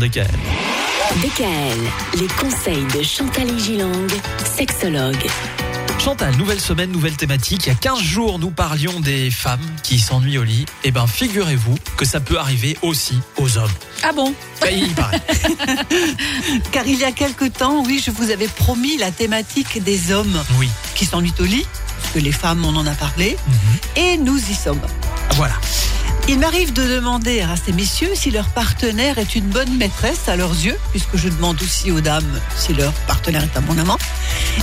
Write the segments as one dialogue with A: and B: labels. A: DKL.
B: DKL, les conseils de Chantal Gilang, sexologue.
A: Chantal, nouvelle semaine, nouvelle thématique. Il y a 15 jours, nous parlions des femmes qui s'ennuient au lit. Eh ben, figurez-vous que ça peut arriver aussi aux hommes.
C: Ah bon
A: Ben, il paraît.
C: Car il y a quelque temps, oui, je vous avais promis la thématique des hommes
A: Oui.
C: qui s'ennuient au lit, parce que les femmes, on en a parlé, et nous y sommes.
A: Voilà.
C: Il m'arrive de demander à ces messieurs si leur partenaire est une bonne maîtresse à leurs yeux, puisque je demande aussi aux dames si leur partenaire est un bon amant,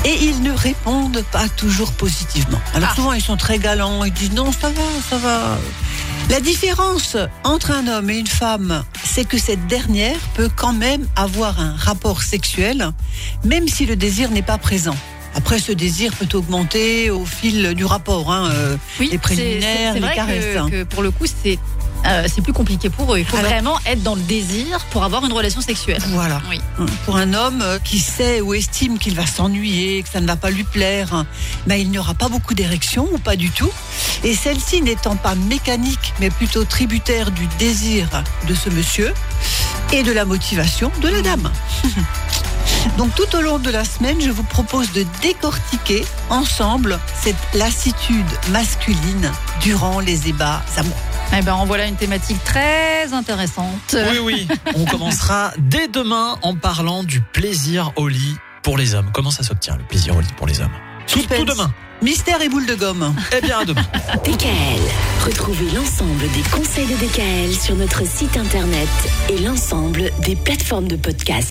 C: et ils ne répondent pas toujours positivement. Alors souvent, ils sont très galants, ils disent non, ça va, ça va. La différence entre un homme et une femme, c'est que cette dernière peut quand même avoir un rapport sexuel, même si le désir n'est pas présent. Après, ce désir peut augmenter au fil du rapport, hein, euh,
D: Oui,
C: les
D: c'est-
C: préliminaires, les
D: c'est vrai
C: caresses. hein.
D: Que, que pour le coup, c'est euh, c'est plus compliqué pour eux. Il faut
C: Alors-
D: vraiment être dans le désir pour avoir une relation sexuelle.
C: Voilà.
D: Oui.
C: Pour un homme euh, qui sait ou estime qu'il va s'ennuyer, que ça ne va pas lui plaire, hein, ben, il n'aura pas beaucoup d'érection ou pas du tout. Et celle-ci n'étant pas mécanique, mais plutôt tributaire du désir de ce monsieur et de la motivation de la dame. Donc tout au long de la semaine, je vous propose de décortiquer ensemble cette lassitude masculine durant les ébats amoureux.
D: Eh ben, en voilà une thématique très intéressante.
A: Oui, oui. On commencera dès demain en parlant du plaisir au lit pour les hommes. Comment ça s'obtient, le plaisir au lit pour les hommes tout, tout
C: Suspense.
A: demain.
C: Mystère et boule de gomme.
A: Eh bien, à demain.
B: DKL, retrouvez l'ensemble des conseils de DKL sur notre site internet et l'ensemble des plateformes de podcast.